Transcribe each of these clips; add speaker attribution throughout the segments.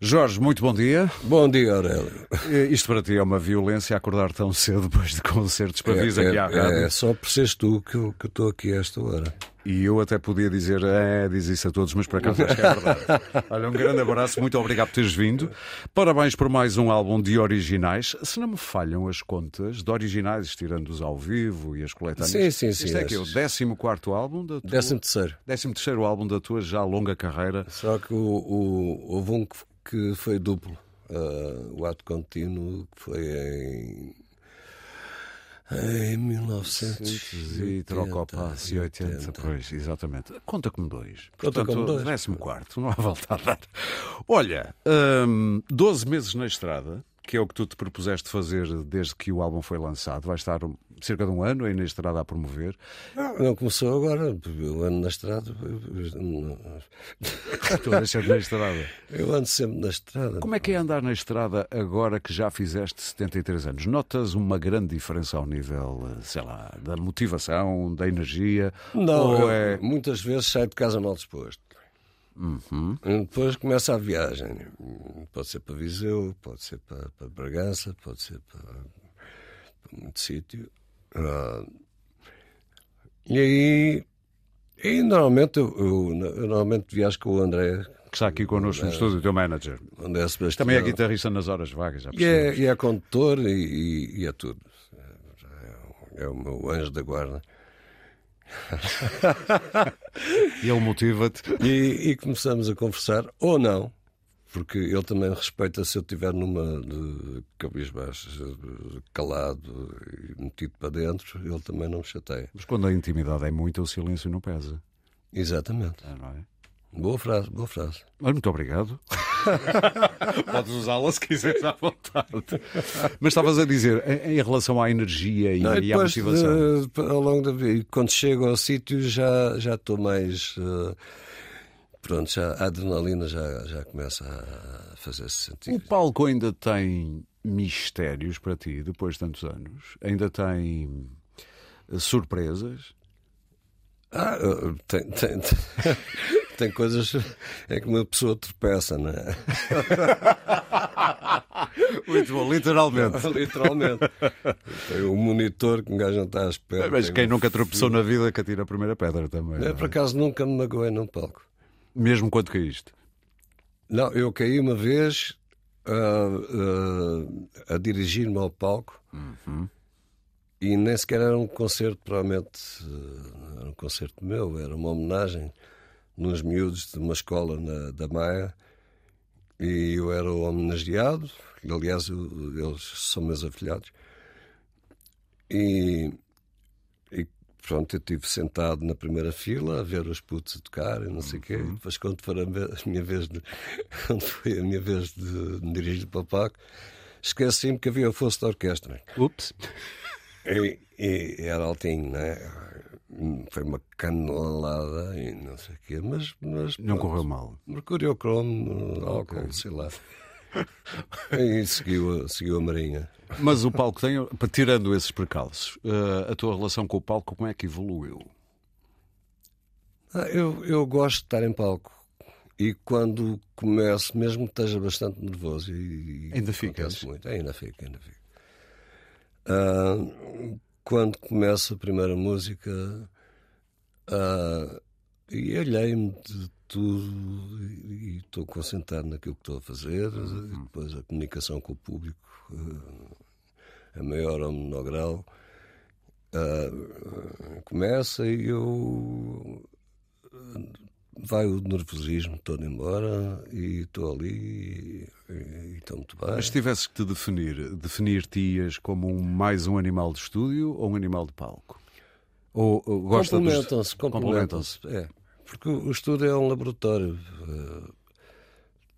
Speaker 1: Jorge, muito bom dia.
Speaker 2: Bom dia, Aurélio.
Speaker 1: Eh, Isto para ti é uma violência acordar tão cedo depois de concertos para vir aqui à rádio.
Speaker 2: é, é só por seres tu que eu que eu estou aqui a esta hora.
Speaker 1: E eu até podia dizer, é, diz isso a todos, mas para acaso acho que é verdade. Olha, um grande abraço, muito obrigado por teres vindo. Parabéns por mais um álbum de originais. Se não me falham as contas de originais, tirando os ao vivo e as coletâneas.
Speaker 2: Sim, sim, sim,
Speaker 1: Isto é que é o
Speaker 2: esses.
Speaker 1: 14 álbum da tua.
Speaker 2: Décimo terceiro.
Speaker 1: 13 álbum da tua já longa carreira.
Speaker 2: Só que o, o- houve um que, que foi duplo. Ah, o ato contínuo que foi em. Em 1900.
Speaker 1: E troca o passe e 80, pois, exatamente. Conta como dois.
Speaker 2: Conta como dois.
Speaker 1: 14, não há volta a dar. Olha, hum, 12 meses na estrada, que é o que tu te propuseste fazer desde que o álbum foi lançado. Vai estar um- cerca de um ano aí na estrada a promover.
Speaker 2: Não, não começou agora, porque eu ando na estrada. eu-
Speaker 1: Estou a deixar na estrada.
Speaker 2: Eu ando sempre na estrada.
Speaker 1: Como é que é andar na estrada agora que já fizeste 73 anos? Notas uma grande diferença ao nível, eh, sei lá, da motivação, da energia?
Speaker 2: Não,
Speaker 1: Ou
Speaker 2: eu
Speaker 1: é...
Speaker 2: muitas vezes saio de casa mal disposto. E Depois começa a viagem. Pode ser para Viseu, pode ser para, para Bragança, pode ser para, para muito sítio. Ah, e aí, e normalmente eu, eu- eu normalmente viajo com o André,
Speaker 1: que está aqui connosco no estúdio, o teu manager?
Speaker 2: André Sebastião.
Speaker 1: Também é guitarrista nas horas vagas, já
Speaker 2: E
Speaker 1: percebi.
Speaker 2: é, e é condutor e, e- e é tudo. É o meu anjo da guarda.
Speaker 1: é- E ele motiva-te.
Speaker 2: E, e começamos a conversar, ou não, porque ele também respeita se eu estiver numa de cabisbaixo, de calado e metido para dentro, ele também não me chateia.
Speaker 1: Mas quando a intimidade é muita, o silêncio não pesa.
Speaker 2: Exatamente.
Speaker 1: Ah, não é?
Speaker 2: Boa frase, boa frase.
Speaker 1: Mas muito obrigado. Podes usá-la se quiseres à vontade. Mas estavas a dizer, em, em relação à energia e, e à
Speaker 2: depois,
Speaker 1: motivação.
Speaker 2: de- eh, ao longo da vida, e quando chego ao sítio, já, já estou mais. eh, pronto, já, a adrenalina já, já começa a fazer-se
Speaker 1: O
Speaker 2: sentir.
Speaker 1: palco ainda tem mistérios para ti, depois de tantos anos? Ainda tem eh, surpresas?
Speaker 2: Ah, eh, tem, tem, tem, tem coisas em que uma pessoa tropeça, não é?
Speaker 1: Muito bom, literalmente.
Speaker 2: Literalmente. Tem o monitor que um gajo não está à espera.
Speaker 1: Mas
Speaker 2: Tem
Speaker 1: quem
Speaker 2: um-
Speaker 1: nunca tropeçou na vida que atira a primeira pedra também.
Speaker 2: Eu,
Speaker 1: não
Speaker 2: por
Speaker 1: é?
Speaker 2: acaso nunca me magoei num palco.
Speaker 1: Mesmo quando caíste.
Speaker 2: Não, eu caí uma vez ah, ah, a dirigir-me ao palco
Speaker 1: Uhum.
Speaker 2: e nem sequer era um concerto, provavelmente ah, era um concerto meu, era uma homenagem nos miúdos de uma escola na- da Maia e eu era o homenageado, aliás, eu- eles são meus afilhados. E, e pronto, eu estive sentado na primeira fila a ver os putos a tocar e não sei o quê. E depois, quando, for a me- a minha vez de, quando foi a minha vez de me dirigir para o palco, esqueci-me que havia o fosse da orquestra.
Speaker 1: Ups.
Speaker 2: E, e era altinho, não é? Foi uma canelada e não sei o quê, mas. mas
Speaker 1: Não
Speaker 2: pronto.
Speaker 1: correu mal.
Speaker 2: Mercúrio cromo, álcool, sei lá. e seguiu, a- seguiu a Marinha.
Speaker 1: Mas o palco tem, tirando esses percalços, eh, a tua relação com o palco, como é que evoluiu?
Speaker 2: Ah, eu, eu gosto de estar em palco. E quando começo, mesmo que esteja bastante nervoso, e, e
Speaker 1: Ainda
Speaker 2: acontece
Speaker 1: ficas?
Speaker 2: muito, ainda fico, ainda fico. Ah, quando começo a primeira música, ah, e alhei-me de tudo, e, e estou concentrado naquilo que estou a fazer, e depois a comunicação com o público, ah, a maior ou menor grau. ah, começa e eu eh, vai o nervosismo todo embora e estou ali e- e estou muito bem.
Speaker 1: Mas se tivesses que te definir, definir-te-ias como um- mais um animal de estúdio ou um animal de palco? Ou, ou gosta dos-
Speaker 2: complementam-se, complementam-se. é. Porque o o estúdio é um laboratório. eh,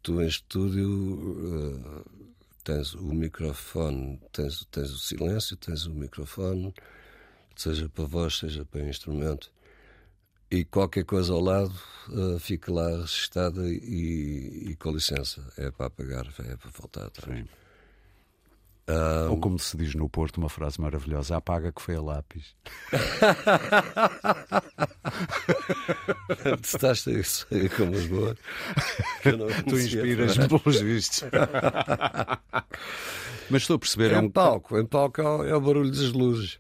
Speaker 2: tu em estúdio eh, tens o microfone, tens, tens o silêncio, tens o microfone, seja para voz, seja para instrumento. E qualquer coisa ao lado eh, fica lá registada e, e com licença, é para apagar, é para voltar atrás.
Speaker 1: Sim. Ou como se diz no Porto, uma frase maravilhosa: apaga que foi a lápis.
Speaker 2: Testaste isso aí com Lisboa? que eu não
Speaker 1: Tu
Speaker 2: conhecia.
Speaker 1: inspiras-me pelos vistos. Mas estou a perceber, é
Speaker 2: Em
Speaker 1: um
Speaker 2: palco, em palco é o- é o barulho das luzes.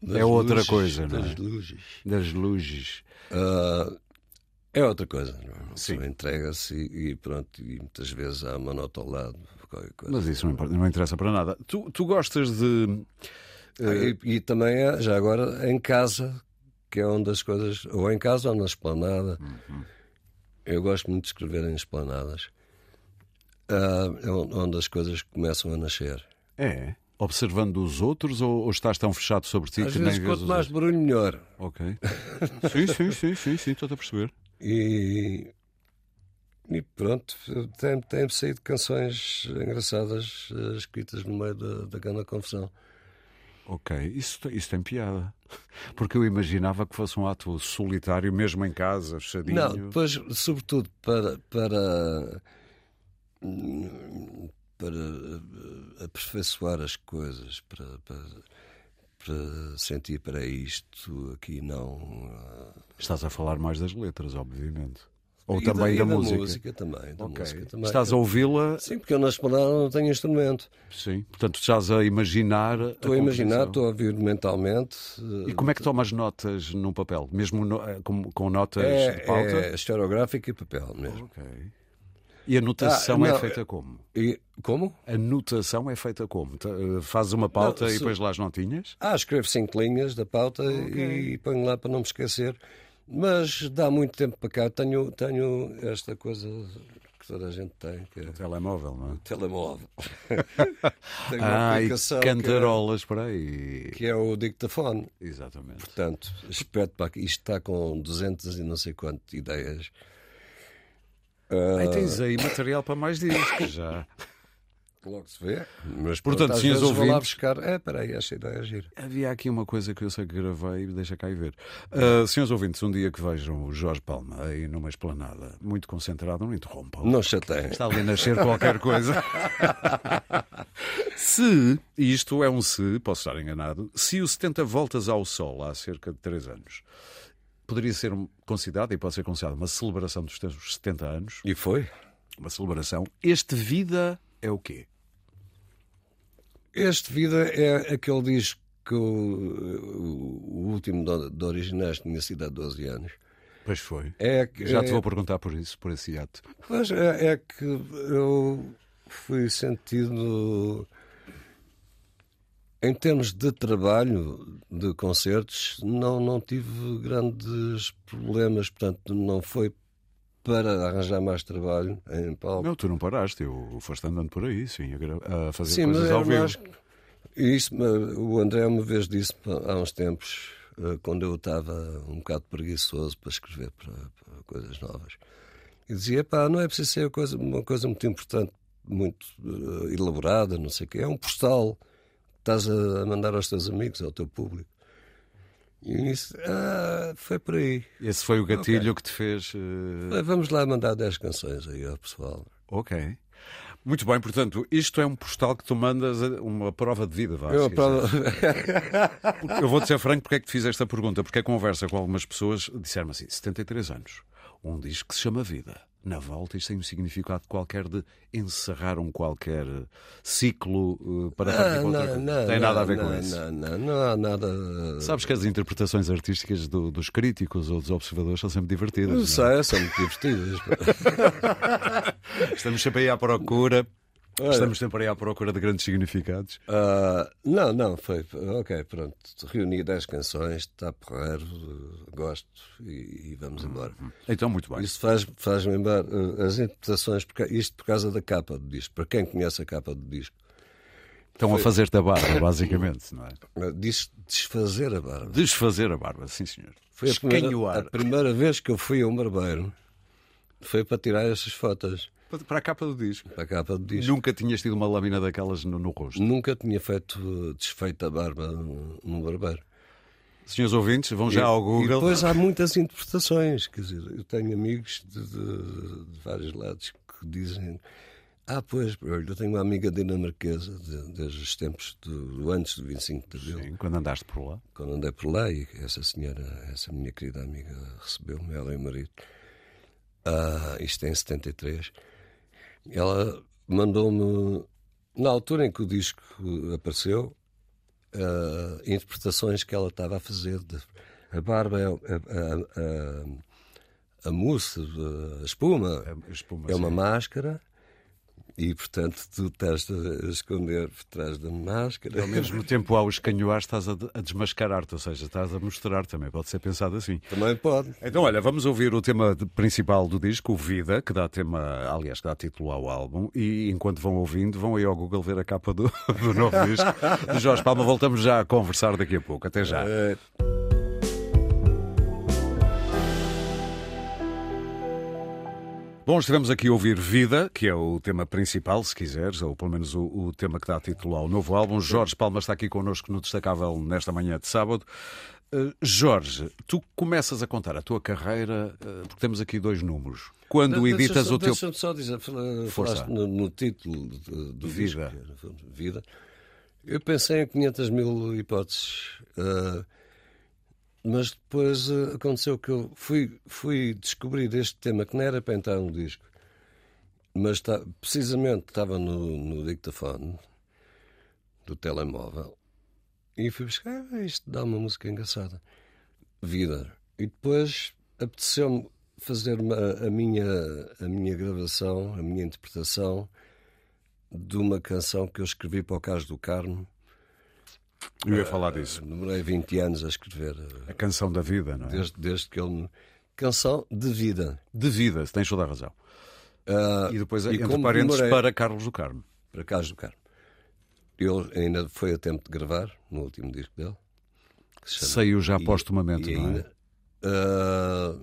Speaker 2: Das
Speaker 1: É outra
Speaker 2: luzes,
Speaker 1: coisa, não é?
Speaker 2: das luzes.
Speaker 1: das luzes.
Speaker 2: Ah, é outra coisa, não é? Uma
Speaker 1: Sim.
Speaker 2: pessoa entrega-se e, e pronto, e muitas vezes há uma nota ao lado, qualquer coisa.
Speaker 1: Mas isso não, importa, não interessa para nada. Tu, tu gostas de.
Speaker 2: Ah,
Speaker 1: eh,
Speaker 2: e, e também, é, já agora, em casa, que é onde as coisas. Ou em casa ou na esplanada.
Speaker 1: Uhum.
Speaker 2: Eu gosto muito de escrever em esplanadas. Ah, é on- onde as coisas começam a nascer.
Speaker 1: É. Observando os outros ou, ou estás tão fechado sobre ti
Speaker 2: Às
Speaker 1: que
Speaker 2: vezes,
Speaker 1: nem vês
Speaker 2: quanto
Speaker 1: os
Speaker 2: mais
Speaker 1: outros?
Speaker 2: barulho, melhor.
Speaker 1: Ok. sim, sim, sim, sim, sim, estou a perceber.
Speaker 2: E, e pronto, tem, tem saído canções engraçadas eh, escritas no meio da, daquela confusão.
Speaker 1: Ok, isso, te- isso tem piada. Porque eu imaginava que fosse um ato solitário, mesmo em casa, fechadinho.
Speaker 2: Não, depois, sobretudo para, para, hum, para eh, aperfeiçoar as coisas, para, para, para sentir para isto, aqui não. ah,
Speaker 1: Estás a falar mais das letras, obviamente. Ou
Speaker 2: e
Speaker 1: também
Speaker 2: e
Speaker 1: da, música.
Speaker 2: também, da
Speaker 1: Ok.
Speaker 2: música também.
Speaker 1: Estás a ouvi-la,
Speaker 2: Sim, porque eu na esplanada não tenho instrumento.
Speaker 1: sim. Portanto, estás a imaginar.
Speaker 2: Estou a
Speaker 1: composição.
Speaker 2: imaginar, estou a ouvir mentalmente. eh,
Speaker 1: E como é que tomas notas num papel? Mesmo no- eh, com, com notas de pauta?
Speaker 2: É, é historiográfico e papel mesmo.
Speaker 1: Ok. E a notação
Speaker 2: Ah,
Speaker 1: é
Speaker 2: não,
Speaker 1: feita como?
Speaker 2: E como?
Speaker 1: A notação é feita como? Tá, eh, Fazes uma pauta
Speaker 2: Não,
Speaker 1: e
Speaker 2: se-
Speaker 1: depois lá as notinhas?
Speaker 2: Ah, escrevo cinco linhas da pauta e ponho lá para não me esquecer. Mas dá muito tempo para cá. Tenho, tenho esta coisa que toda a gente tem, que é o
Speaker 1: Telemóvel, não é?
Speaker 2: telemóvel. tenho uma
Speaker 1: Ah, e
Speaker 2: aplicação que é-
Speaker 1: cantarolas para aí.
Speaker 2: que é o dictafone.
Speaker 1: Exatamente.
Speaker 2: Portanto, espeto para aqui. Isto está com 200 e não sei quantas ideias.
Speaker 1: Aí tens aí material para mais discos já.
Speaker 2: que Logo se vê. Mas
Speaker 1: Portanto,
Speaker 2: pronto, às
Speaker 1: senhores
Speaker 2: vezes vou lá
Speaker 1: ouvintes-
Speaker 2: buscar. É, peraí, esta ideia é gira.
Speaker 1: Havia aqui uma coisa que eu sei que gravei, deixa cá e ver. Ah, senhores ouvintes, um dia que vejam o Jorge Palma aí numa esplanada, muito concentrado, não interrompam.
Speaker 2: Não chateiem.
Speaker 1: Está ali a nascer qualquer coisa. se, e isto é um se, posso estar enganado, se o 70 voltas ao sol há cerca de 3 anos, poderia ser um- considerado, e pode ser considerado, uma celebração dos teus 70 anos,
Speaker 2: E foi?
Speaker 1: uma celebração. Este Vida é o quê?
Speaker 2: Este Vida é aquele disco que eu, o último de- de originais tinha sido há 12 anos.
Speaker 1: Pois foi.
Speaker 2: É que,
Speaker 1: Já
Speaker 2: é,
Speaker 1: te vou perguntar por isso, por esse ato.
Speaker 2: Mas é, é que eu fui sentido. Em termos de trabalho, de concertos, não, não tive grandes problemas. Portanto, não foi para arranjar mais trabalho em palco.
Speaker 1: Não, tu não paraste, eu foste andando por aí, sim, a, gra- a fazer
Speaker 2: Sim, mas
Speaker 1: coisas
Speaker 2: era
Speaker 1: ao vivo.
Speaker 2: mais- Isso, mas o André uma vez disse há uns tempos, eh, quando eu estava um bocado preguiçoso para escrever para, para coisas novas, e dizia: pá, não é preciso ser coisa- uma coisa muito importante, muito eh, elaborada, não sei o quê, é um postal que estás a mandar aos teus amigos, ao teu público. E eu disse: ah, foi por aí.
Speaker 1: Esse foi o gatilho que te fez. eh,
Speaker 2: Falei, Vamos lá mandar 10 canções aí ao pessoal.
Speaker 1: Ok. Muito bem, portanto, isto é um postal que tu mandas eh, É uma prova de vida, vá.
Speaker 2: Eu,
Speaker 1: se quiser.
Speaker 2: prova-
Speaker 1: Eu vou dizer franco porque é que te fiz esta pergunta, porque a conversa com algumas pessoas disseram assim: 73 anos, um disco que se chama Vida. Na volta, isto tem um significado qualquer de encerrar um qualquer eh, ciclo eh, para partir para outra
Speaker 2: Ah, não,
Speaker 1: coisa.
Speaker 2: não,
Speaker 1: tem nada a ver
Speaker 2: não,
Speaker 1: com isso.
Speaker 2: Não, não, não há nada.
Speaker 1: Sabes que as interpretações artísticas do- dos críticos ou dos observadores são sempre divertidas.
Speaker 2: Não
Speaker 1: não é?
Speaker 2: sei, são muito divertidas.
Speaker 1: Estamos sempre aí à procura. Estamos sempre aí à procura de grandes significados.
Speaker 2: Ah, não, não, foi. Ok, pronto. Reuni 10 canções, está porreiro, eh, gosto e, e vamos embora.
Speaker 1: Então, muito bem.
Speaker 2: Isso faz- faz-me lembrar eh, as interpretações, por ca- isto por causa da capa do disco. Para quem conhece a capa do disco,
Speaker 1: Estão a fazer-te a barba, basicamente, não é?
Speaker 2: eh, diz desfazer a barba.
Speaker 1: Desfazer a barba, sim senhor.
Speaker 2: Foi a primeira, a
Speaker 1: Escanhoar.
Speaker 2: primeira vez que eu fui a um barbeiro. Foi para tirar essas fotos
Speaker 1: Para a capa do disco.
Speaker 2: para a capa do disco.
Speaker 1: Nunca tinhas tido uma lâmina daquelas no, no rosto.
Speaker 2: Nunca tinha feito eh, desfeito a barba num num barbeiro.
Speaker 1: Senhores ouvintes, vão já ao
Speaker 2: E
Speaker 1: Google.
Speaker 2: depois há muitas interpretações, quer dizer, eu tenho amigos de, de- de vários lados que dizem Ah, pois, olha, eu tenho uma amiga dinamarquesa de- desde os tempos do, do antes do 25 de Abril,
Speaker 1: Sim, quando andaste por lá.
Speaker 2: quando andei por lá e essa senhora, essa minha querida amiga, recebeu-me, ela e o marido, ah, isto é em 73. Ela mandou-me, na altura em que o disco apareceu, ah, interpretações que ela estava a fazer. de- a barba, é- a, a, a, a mousse, a espuma,
Speaker 1: A espuma,
Speaker 2: é uma
Speaker 1: sim.
Speaker 2: máscara e, portanto, tu estás a esconder por trás da máscara.
Speaker 1: Ao mesmo tempo, ao escanhoar, estás a, de- a desmascarar-te, ou seja, estás a mostrar também. Pode ser pensado assim.
Speaker 2: Também pode.
Speaker 1: Então, olha, vamos ouvir o tema de- principal do disco, o Vida, que dá tema, aliás, que dá título ao álbum. E enquanto vão ouvindo, vão aí ao Google ver a capa do, do novo disco de Jorge Palma. Voltamos já a conversar daqui a pouco. Até já.
Speaker 2: Eh,
Speaker 1: Bom, estivemos aqui a ouvir Vida, que é o tema principal, se quiseres, ou pelo menos o, o tema que dá título ao novo álbum. Jorge Palma está aqui connosco no Destacável nesta manhã de sábado. Eh, Jorge, tu começas a contar a tua carreira, eh, porque temos aqui dois números. Quando
Speaker 2: deixa-
Speaker 1: editas
Speaker 2: deixa-
Speaker 1: o teu.
Speaker 2: Deixa-me só dizer, fala-
Speaker 1: Força.
Speaker 2: falaste no, no título do, do
Speaker 1: Vida.
Speaker 2: disco, que era, foi, Vida. Eu pensei em 500 mil hipóteses, eh, mas depois eh, aconteceu que eu fui, fui descobrir este tema que não era para entrar no disco, mas tá- precisamente estava no, no dictafone do telemóvel e fui buscar, "Ah, isto dá uma música engraçada. Vida. E depois apeteceu-me fazer uma- a, minha, a minha gravação, a minha interpretação de uma canção que eu escrevi para o Caso do Carmo.
Speaker 1: Eu ia falar disso.
Speaker 2: Demorei 20 anos a escrever,
Speaker 1: A canção da vida, não é?
Speaker 2: desde, desde que ele me. Canção de vida.
Speaker 1: De vida, tens toda a razão.
Speaker 2: Ah,
Speaker 1: E depois,
Speaker 2: e
Speaker 1: entre
Speaker 2: como
Speaker 1: parênteses,
Speaker 2: demorei-
Speaker 1: para Carlos do Carmo.
Speaker 2: para Caso do Carmo. Ele ainda foi a tempo de gravar, no último disco dele. que se chama-
Speaker 1: Saiu já
Speaker 2: E-
Speaker 1: postumamente,
Speaker 2: e
Speaker 1: não é?
Speaker 2: ainda- Ah,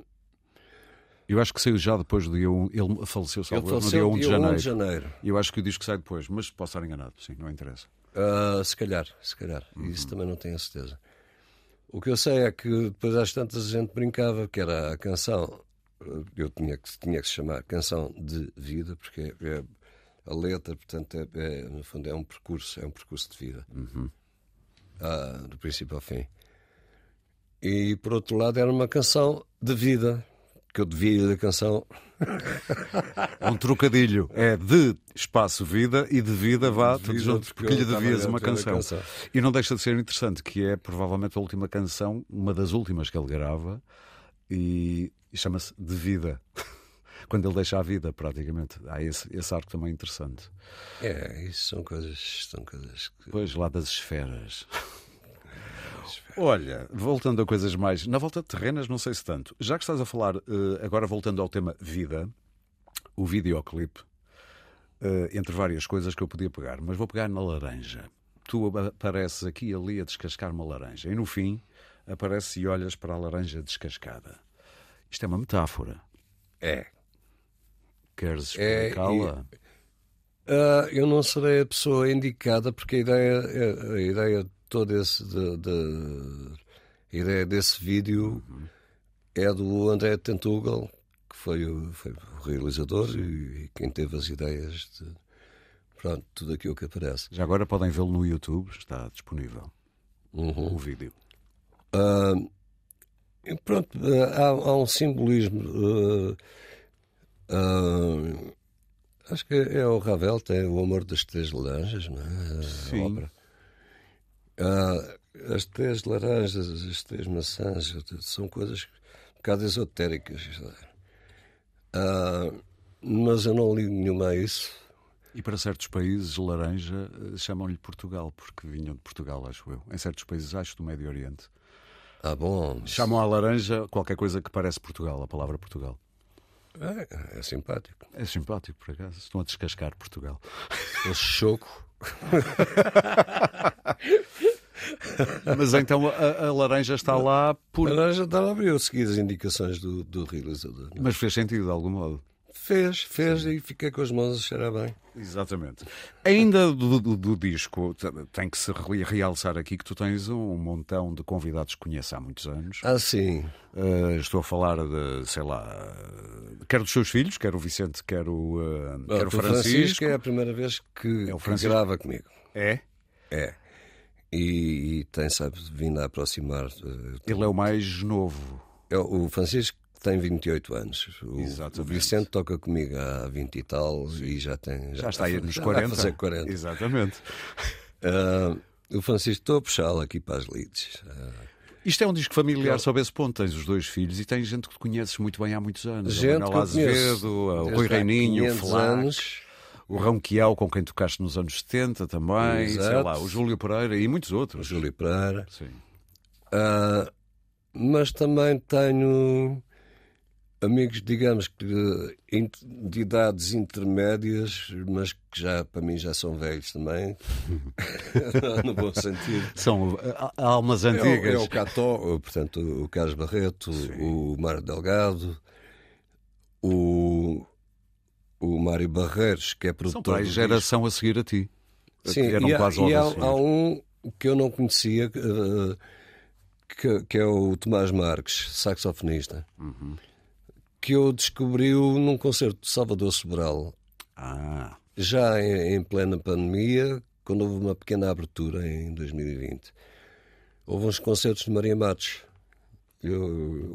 Speaker 1: Eu acho que saiu já depois do dia 1. Ele faleceu, salvo
Speaker 2: ele
Speaker 1: erro, no
Speaker 2: faleceu
Speaker 1: dia 1 de
Speaker 2: 1
Speaker 1: janeiro.
Speaker 2: de janeiro.
Speaker 1: Eu acho que o disco sai depois, mas posso estar enganado, sim, não interessa.
Speaker 2: Ah, se calhar, se calhar. Isso também não tenho a certeza. O que eu sei é que depois às tantas a gente brincava que era a canção. Eu tinha que, tinha que se chamar Canção de Vida, porque é, é a letra, portanto, é, é, no fundo é um percurso, é um percurso de vida. Ah, do princípio ao fim. E por outro lado era uma canção de vida, que eu devia a canção
Speaker 1: Um trocadilho é de espaço vida e de vida vá
Speaker 2: De
Speaker 1: tudo
Speaker 2: vida,
Speaker 1: junto, porque
Speaker 2: porque
Speaker 1: lhe
Speaker 2: eu estava
Speaker 1: devias
Speaker 2: a
Speaker 1: uma
Speaker 2: ter uma
Speaker 1: canção.
Speaker 2: canção.
Speaker 1: E não deixa de ser interessante, que é provavelmente a última canção, uma das últimas que ele grava, e, e chama-se De Vida. Quando ele deixa a vida, praticamente. Há esse, esse arco também interessante.
Speaker 2: É, isso são coisas, são coisas que.
Speaker 1: Pois, lá das esferas. Olha, voltando a coisas mais. Na volta de terrenas, não sei se tanto. Já que estás a falar, eh, agora voltando ao tema vida, o videoclipe, eh, entre várias coisas que eu podia pegar, mas vou pegar na laranja. Tu aba- apareces aqui e ali a descascar uma laranja e no fim apareces e olhas para a laranja descascada. Isto é uma metáfora.
Speaker 2: É.
Speaker 1: Queres
Speaker 2: É,
Speaker 1: explicá-la?
Speaker 2: Ah, eu não serei a pessoa indicada porque a ideia, a- a ideia toda esse de, de- a ideia desse vídeo é do André Tentugal, que foi o, foi o realizador e, e quem teve as ideias de pronto, tudo aquilo que aparece.
Speaker 1: Já agora podem vê-lo no YouTube, está disponível
Speaker 2: Uhum.
Speaker 1: o vídeo.
Speaker 2: Ah, e pronto, ah, há, há um simbolismo. ah, ah, acho que é o Ravel, tem o amor das três laranjas, não é? A
Speaker 1: Sim.
Speaker 2: ópera. Ah, as três laranjas, as três maçãs, são coisas um bocado esotéricas. é. Ah, mas eu não ligo nenhuma a isso.
Speaker 1: E para certos países, laranja eh, chamam-lhe Portugal, porque vinham de Portugal, acho eu. Em certos países, acho do Médio Oriente.
Speaker 2: Ah, bom. mas-
Speaker 1: Chamam à laranja qualquer coisa que parece Portugal, a palavra Portugal.
Speaker 2: É, é simpático.
Speaker 1: É simpático, por acaso. Estão a descascar Portugal.
Speaker 2: O Um choco.
Speaker 1: Mas então a, a laranja está lá
Speaker 2: A
Speaker 1: por.
Speaker 2: laranja estava a abrir, eu segui as indicações do, do realizador. não é?
Speaker 1: Mas fez sentido, de algum modo.
Speaker 2: Fez, fez e fiquei com as mãos a cheirar bem.
Speaker 1: Exatamente. Ainda do, do- do disco, t- tem que se re- realçar aqui que tu tens um montão de convidados que conheço há muitos anos.
Speaker 2: Ah, sim.
Speaker 1: Eh, estou a falar de, sei lá, eh, quer dos seus filhos, quer o Vicente, quer o, eh, quer o
Speaker 2: Ah, O
Speaker 1: Francisco.
Speaker 2: é a primeira vez que,
Speaker 1: É o
Speaker 2: que
Speaker 1: Francisco.
Speaker 2: grava comigo.
Speaker 1: É?
Speaker 2: É. E, e tem, sabe, vindo a aproximar. eh,
Speaker 1: Ele é o mais novo.
Speaker 2: é o o Francisco tem 28 anos. O, o
Speaker 1: Exatamente.
Speaker 2: Vicente toca comigo há 20 e tal e já tem.
Speaker 1: Já está aí nos
Speaker 2: já
Speaker 1: 40.
Speaker 2: Vai fazer 40.
Speaker 1: Exatamente.
Speaker 2: Ah, o Francisco, estou a puxá-lo aqui para as leads. Ah,
Speaker 1: Isto é um disco familiar sob esse ponto. Tens os dois filhos e tens gente que tu conheces muito bem há muitos anos.
Speaker 2: gente
Speaker 1: o
Speaker 2: que
Speaker 1: Manuel
Speaker 2: eu
Speaker 1: Azevedo, eh,
Speaker 2: conheço
Speaker 1: o
Speaker 2: desde
Speaker 1: Rui
Speaker 2: há
Speaker 1: Reininho, o
Speaker 2: 500
Speaker 1: Flaco,
Speaker 2: anos.
Speaker 1: o Rão Quiel, com quem tocaste nos anos 70 também, sei
Speaker 2: Exato.
Speaker 1: lá, o Júlio Pereira e muitos
Speaker 2: o
Speaker 1: outros.
Speaker 2: Júlio Pereira.
Speaker 1: Sim.
Speaker 2: Ah, mas também tenho amigos, digamos que in- de idades intermédias, mas que já para mim já são velhos também, no bom sentido.
Speaker 1: São eh, a- almas
Speaker 2: É o,
Speaker 1: antigas.
Speaker 2: é o Cató, portanto, o Carlos Barreto, o Mário Delgado, o, o Mário Barreiros, que é
Speaker 1: São
Speaker 2: produtor.
Speaker 1: para aí
Speaker 2: do
Speaker 1: geração a seguir a ti.
Speaker 2: disco.
Speaker 1: que
Speaker 2: Sim,
Speaker 1: eram
Speaker 2: e há,
Speaker 1: quase
Speaker 2: e há-
Speaker 1: horas, sim.
Speaker 2: há um que eu não conhecia, eh, que, que é o Tomás Marques, saxofonista,
Speaker 1: Uhum.
Speaker 2: que eu descobri num concerto de Salvador Sobral,
Speaker 1: Ah,
Speaker 2: já em, em plena pandemia, quando houve uma pequena abertura em 2020, houve uns concertos de Maria Matos. Eu,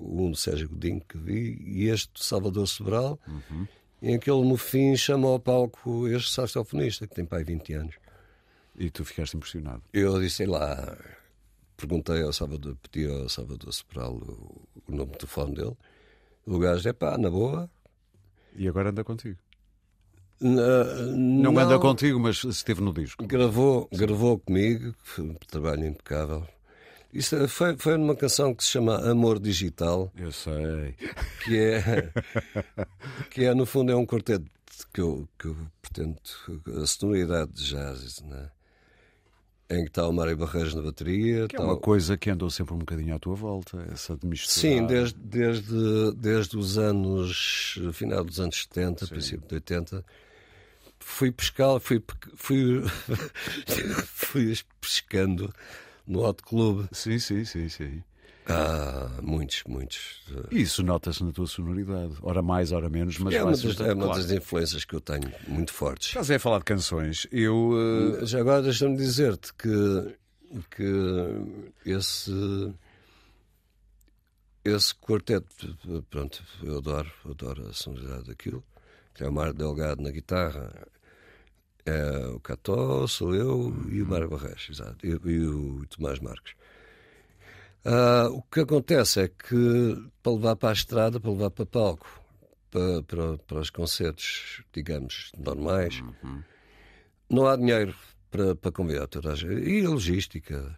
Speaker 2: um de Sérgio Godinho que vi e este de Salvador Sobral,
Speaker 1: Uhum.
Speaker 2: em que ele no fim chama ao palco este saxofonista, que tem pai 20 anos.
Speaker 1: e tu ficaste impressionado.
Speaker 2: Eu disse sei lá, perguntei ao Salvador, pedi ao Salvador Sobral o, o nome de telefone dele. O gajo é pá, na boa.
Speaker 1: E agora anda contigo.
Speaker 2: Na-
Speaker 1: Não, anda contigo, mas esteve no disco.
Speaker 2: Gravou, gravou comigo, foi um trabalho impecável. Isso eh, foi, foi numa canção que se chama Amor Digital,
Speaker 1: Eu sei.
Speaker 2: que é, que é no fundo é um quarteto que eu, que eu pretendo, a sonoridade de jazz, né? em que está o Mário Barreiros na bateria,
Speaker 1: Que é
Speaker 2: está
Speaker 1: uma
Speaker 2: o-
Speaker 1: coisa que andou sempre um bocadinho à tua volta, essa de misturar.
Speaker 2: Sim, desde, desde, desde os anos. final dos anos 70, princípio de 80. Fui pescar, fui. pe- fui, fui pescando no Hot Club.
Speaker 1: Sim, sim, sim, sim.
Speaker 2: Há muitos, muitos.
Speaker 1: E isso nota-se na tua sonoridade. Ora mais, ora menos, mas
Speaker 2: É
Speaker 1: vai
Speaker 2: uma, das,
Speaker 1: surgindo,
Speaker 2: é uma
Speaker 1: claro.
Speaker 2: das influências que eu tenho muito fortes.
Speaker 1: Estás aí a falar de canções. Eu. eh,
Speaker 2: Já agora deixa-me dizer-te que, que esse, esse quarteto, pronto, eu adoro, eu adoro a sonoridade daquilo, que é o Mário Delgado na guitarra, é o Cató, sou eu e o Mário Barreiros, exato, e, e o Tomás Marques. Ah, o que acontece é que para levar para a estrada, para levar para palco, para, para, para os concertos, digamos, normais, não há dinheiro para, para convidar toda a gente. E a logística.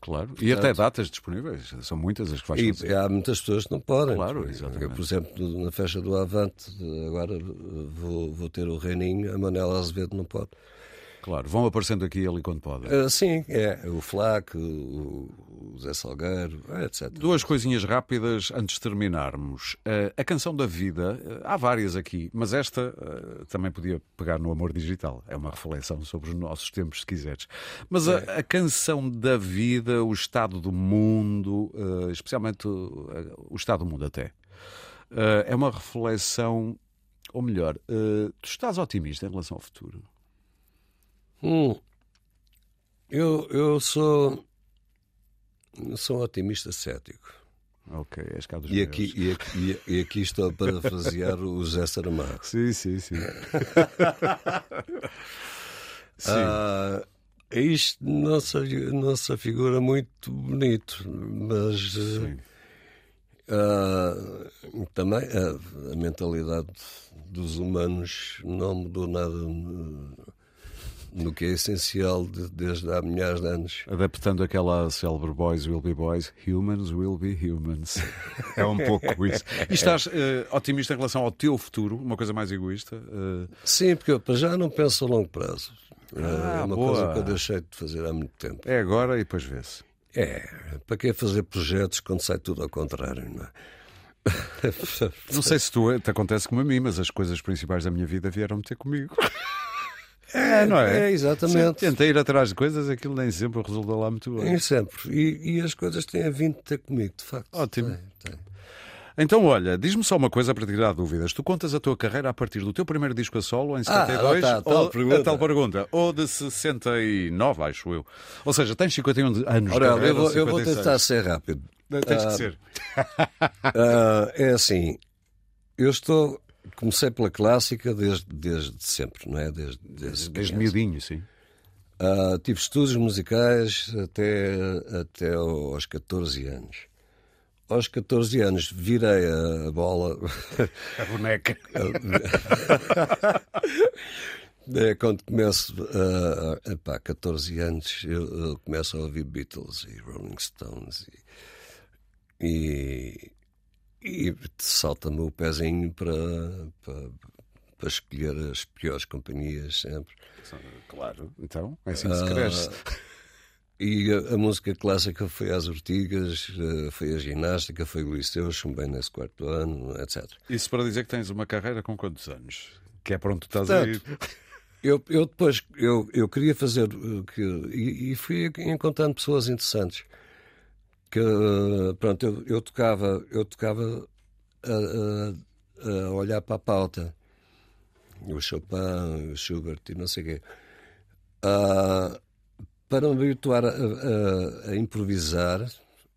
Speaker 1: Claro. E até datas disponíveis. São muitas as que vais
Speaker 2: E
Speaker 1: fazer.
Speaker 2: há muitas pessoas que não podem.
Speaker 1: Claro, exatamente.
Speaker 2: Eu, por exemplo, na festa do Avante, agora eh, vou, vou ter o Reininho, a Manela Azevedo não pode. é-
Speaker 1: Claro. Vão aparecendo aqui e ali quando podem.
Speaker 2: Ah, sim, é. O Flaco, o, o Zé Salgueiro, eh, etc.
Speaker 1: Duas coisinhas rápidas antes de terminarmos. Eh, a canção da vida, eh, há várias aqui, mas esta eh, também podia pegar no amor digital. É uma reflexão sobre os nossos tempos, se quiseres. Mas a,
Speaker 2: É.
Speaker 1: a canção da vida, o estado do mundo, eh, especialmente o, eh, o estado do mundo até, eh, é uma reflexão, ou melhor, eh, tu estás otimista em relação ao futuro?
Speaker 2: Hum. eu, eu sou. eu Sou um otimista cético.
Speaker 1: Ok, és cá dos
Speaker 2: E
Speaker 1: meus.
Speaker 2: aqui, e, aqui, e aqui estou a parafrasear o Zé Saramago.
Speaker 1: Sim, sim, sim. sim.
Speaker 2: Ah, isto não se, não se figura é muito bonito, mas eh, ah, também ah, a, a mentalidade dos humanos não mudou nada no, no que é essencial de- desde há milhares de anos.
Speaker 1: Adaptando aquela célebre Boys Will Be Boys, Humans Will Be Humans. É um pouco isso. E estás eh, otimista em relação ao teu futuro, uma coisa mais egoísta? eh,
Speaker 2: Sim, porque eu para já não penso a longo prazo.
Speaker 1: Ah,
Speaker 2: é uma
Speaker 1: boa.
Speaker 2: coisa que eu deixei de fazer há muito tempo.
Speaker 1: é agora e depois vê-se.
Speaker 2: É, para que fazer projetos quando sai tudo ao contrário, não é?
Speaker 1: Não sei se tu, eh, te acontece como a mim, mas as coisas principais da minha vida vieram ter comigo. É, não é?
Speaker 2: É, exatamente.
Speaker 1: Tentei ir atrás de coisas, aquilo nem sempre resulta lá muito bem.
Speaker 2: Nem sempre. E, e as coisas têm vindo ter comigo, de facto.
Speaker 1: Ótimo.
Speaker 2: Tem, tem.
Speaker 1: Então, olha, diz-me só uma coisa para tirar dúvidas. Tu contas a tua carreira a partir do teu primeiro disco a solo, em 72,
Speaker 2: lá está, a Ah, tá, tal
Speaker 1: ou,
Speaker 2: pergunta.
Speaker 1: a tal pergunta, ou de 69, acho eu. Ou seja, tens 51 de- anos
Speaker 2: Ora,
Speaker 1: de
Speaker 2: olha,
Speaker 1: carreira,
Speaker 2: eu vou,
Speaker 1: ou
Speaker 2: eu vou
Speaker 1: 56.
Speaker 2: tentar ser rápido.
Speaker 1: Tens
Speaker 2: Ah,
Speaker 1: que ser.
Speaker 2: Ah, é assim, eu estou. Comecei pela clássica desde, desde sempre, não é? Desde,
Speaker 1: Desde
Speaker 2: desde, criança.
Speaker 1: miudinho, sim.
Speaker 2: Ah, tive estudos musicais até, até aos 14 anos. Aos 14 anos virei a- a bola
Speaker 1: A boneca.
Speaker 2: É, quando começo ah, ah, epá, 14 anos, eu, eu começo a ouvir Beatles e Rolling Stones e, e, e salta-me o pezinho para, para, para escolher as piores companhias sempre.
Speaker 1: Claro. Então, é assim que
Speaker 2: Ah.
Speaker 1: se cresce.
Speaker 2: E a, a música clássica foi às Ortigas, eh, foi a ginástica, foi o Liceu, chumbei nesse quarto ano, etc.
Speaker 1: Isso para dizer que tens uma carreira com quantos anos? Que é para onde tu estás a ir.
Speaker 2: Portanto, Eu, eu depois eu, eu queria fazer uh, que, e, e fui encontrando pessoas interessantes que uh, pronto eu, eu tocava eu tocava a, a- a olhar para a pauta o Chopin o Schubert e não sei o quê Ah, para me habituar a, a- a improvisar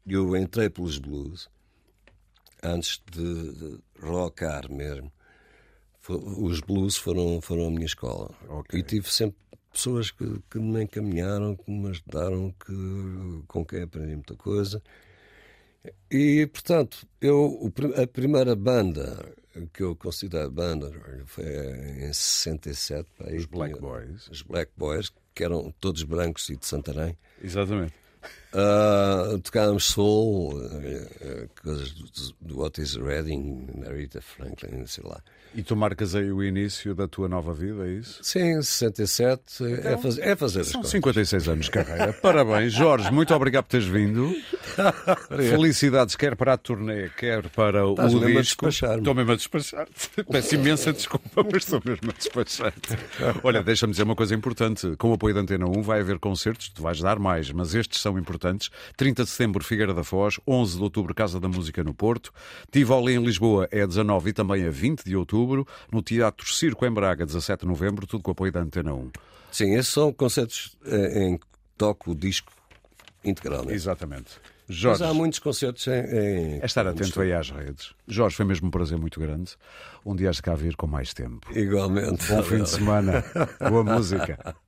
Speaker 2: eu entrei pelos blues antes de, de rockar mesmo Fo- Os blues foram, foram a minha escola.
Speaker 1: Ok.
Speaker 2: E tive sempre pessoas que, que me encaminharam, que me ajudaram, que, com quem aprendi muita coisa. E, portanto, eu, o prim- a primeira banda que eu considero banda foi em 67. pá, aí
Speaker 1: Os Black
Speaker 2: tinha-
Speaker 1: Boys.
Speaker 2: Os Black Boys, que eram todos brancos e de Santarém.
Speaker 1: Exatamente.
Speaker 2: Ah, tocávamos soul, eh, eh, coisas do, do Otis Redding, Aretha Franklin, sei lá.
Speaker 1: E tu marcas aí o início da tua nova vida, é isso?
Speaker 2: Sim, 67 é, faz, é fazer as
Speaker 1: Então, São
Speaker 2: coisas.
Speaker 1: 56 anos de carreira. Parabéns, Jorge, muito obrigado por teres vindo. Felicidades, quer para a turnê, quer para o
Speaker 2: mesmo a
Speaker 1: disco.
Speaker 2: despachar-me.
Speaker 1: Estou mesmo a despachar-te. Peço imensa desculpa, mas estou mesmo a despachar-te. Olha, deixa-me dizer uma coisa importante. Com o apoio da Antena 1 vai haver concertos, tu vais dar mais, mas estes são importantes. 30 de setembro, Figueira da Foz. 11 de outubro, Casa da Música no Porto. Tivoli em Lisboa é a 19 e também a 20 de outubro. No Teatro Circo em Braga, 17 de novembro, tudo com o apoio da Antena 1.
Speaker 2: Sim, esses são concertos eh, em que toco o disco integralmente.
Speaker 1: Exatamente.
Speaker 2: Mas
Speaker 1: Jorge,
Speaker 2: há muitos concertos em. em-
Speaker 1: é estar atento aí às redes. Jorge, foi mesmo um prazer muito grande. Um dia has de cá vir com mais tempo.
Speaker 2: Igualmente.
Speaker 1: Bom fim de semana. Boa música.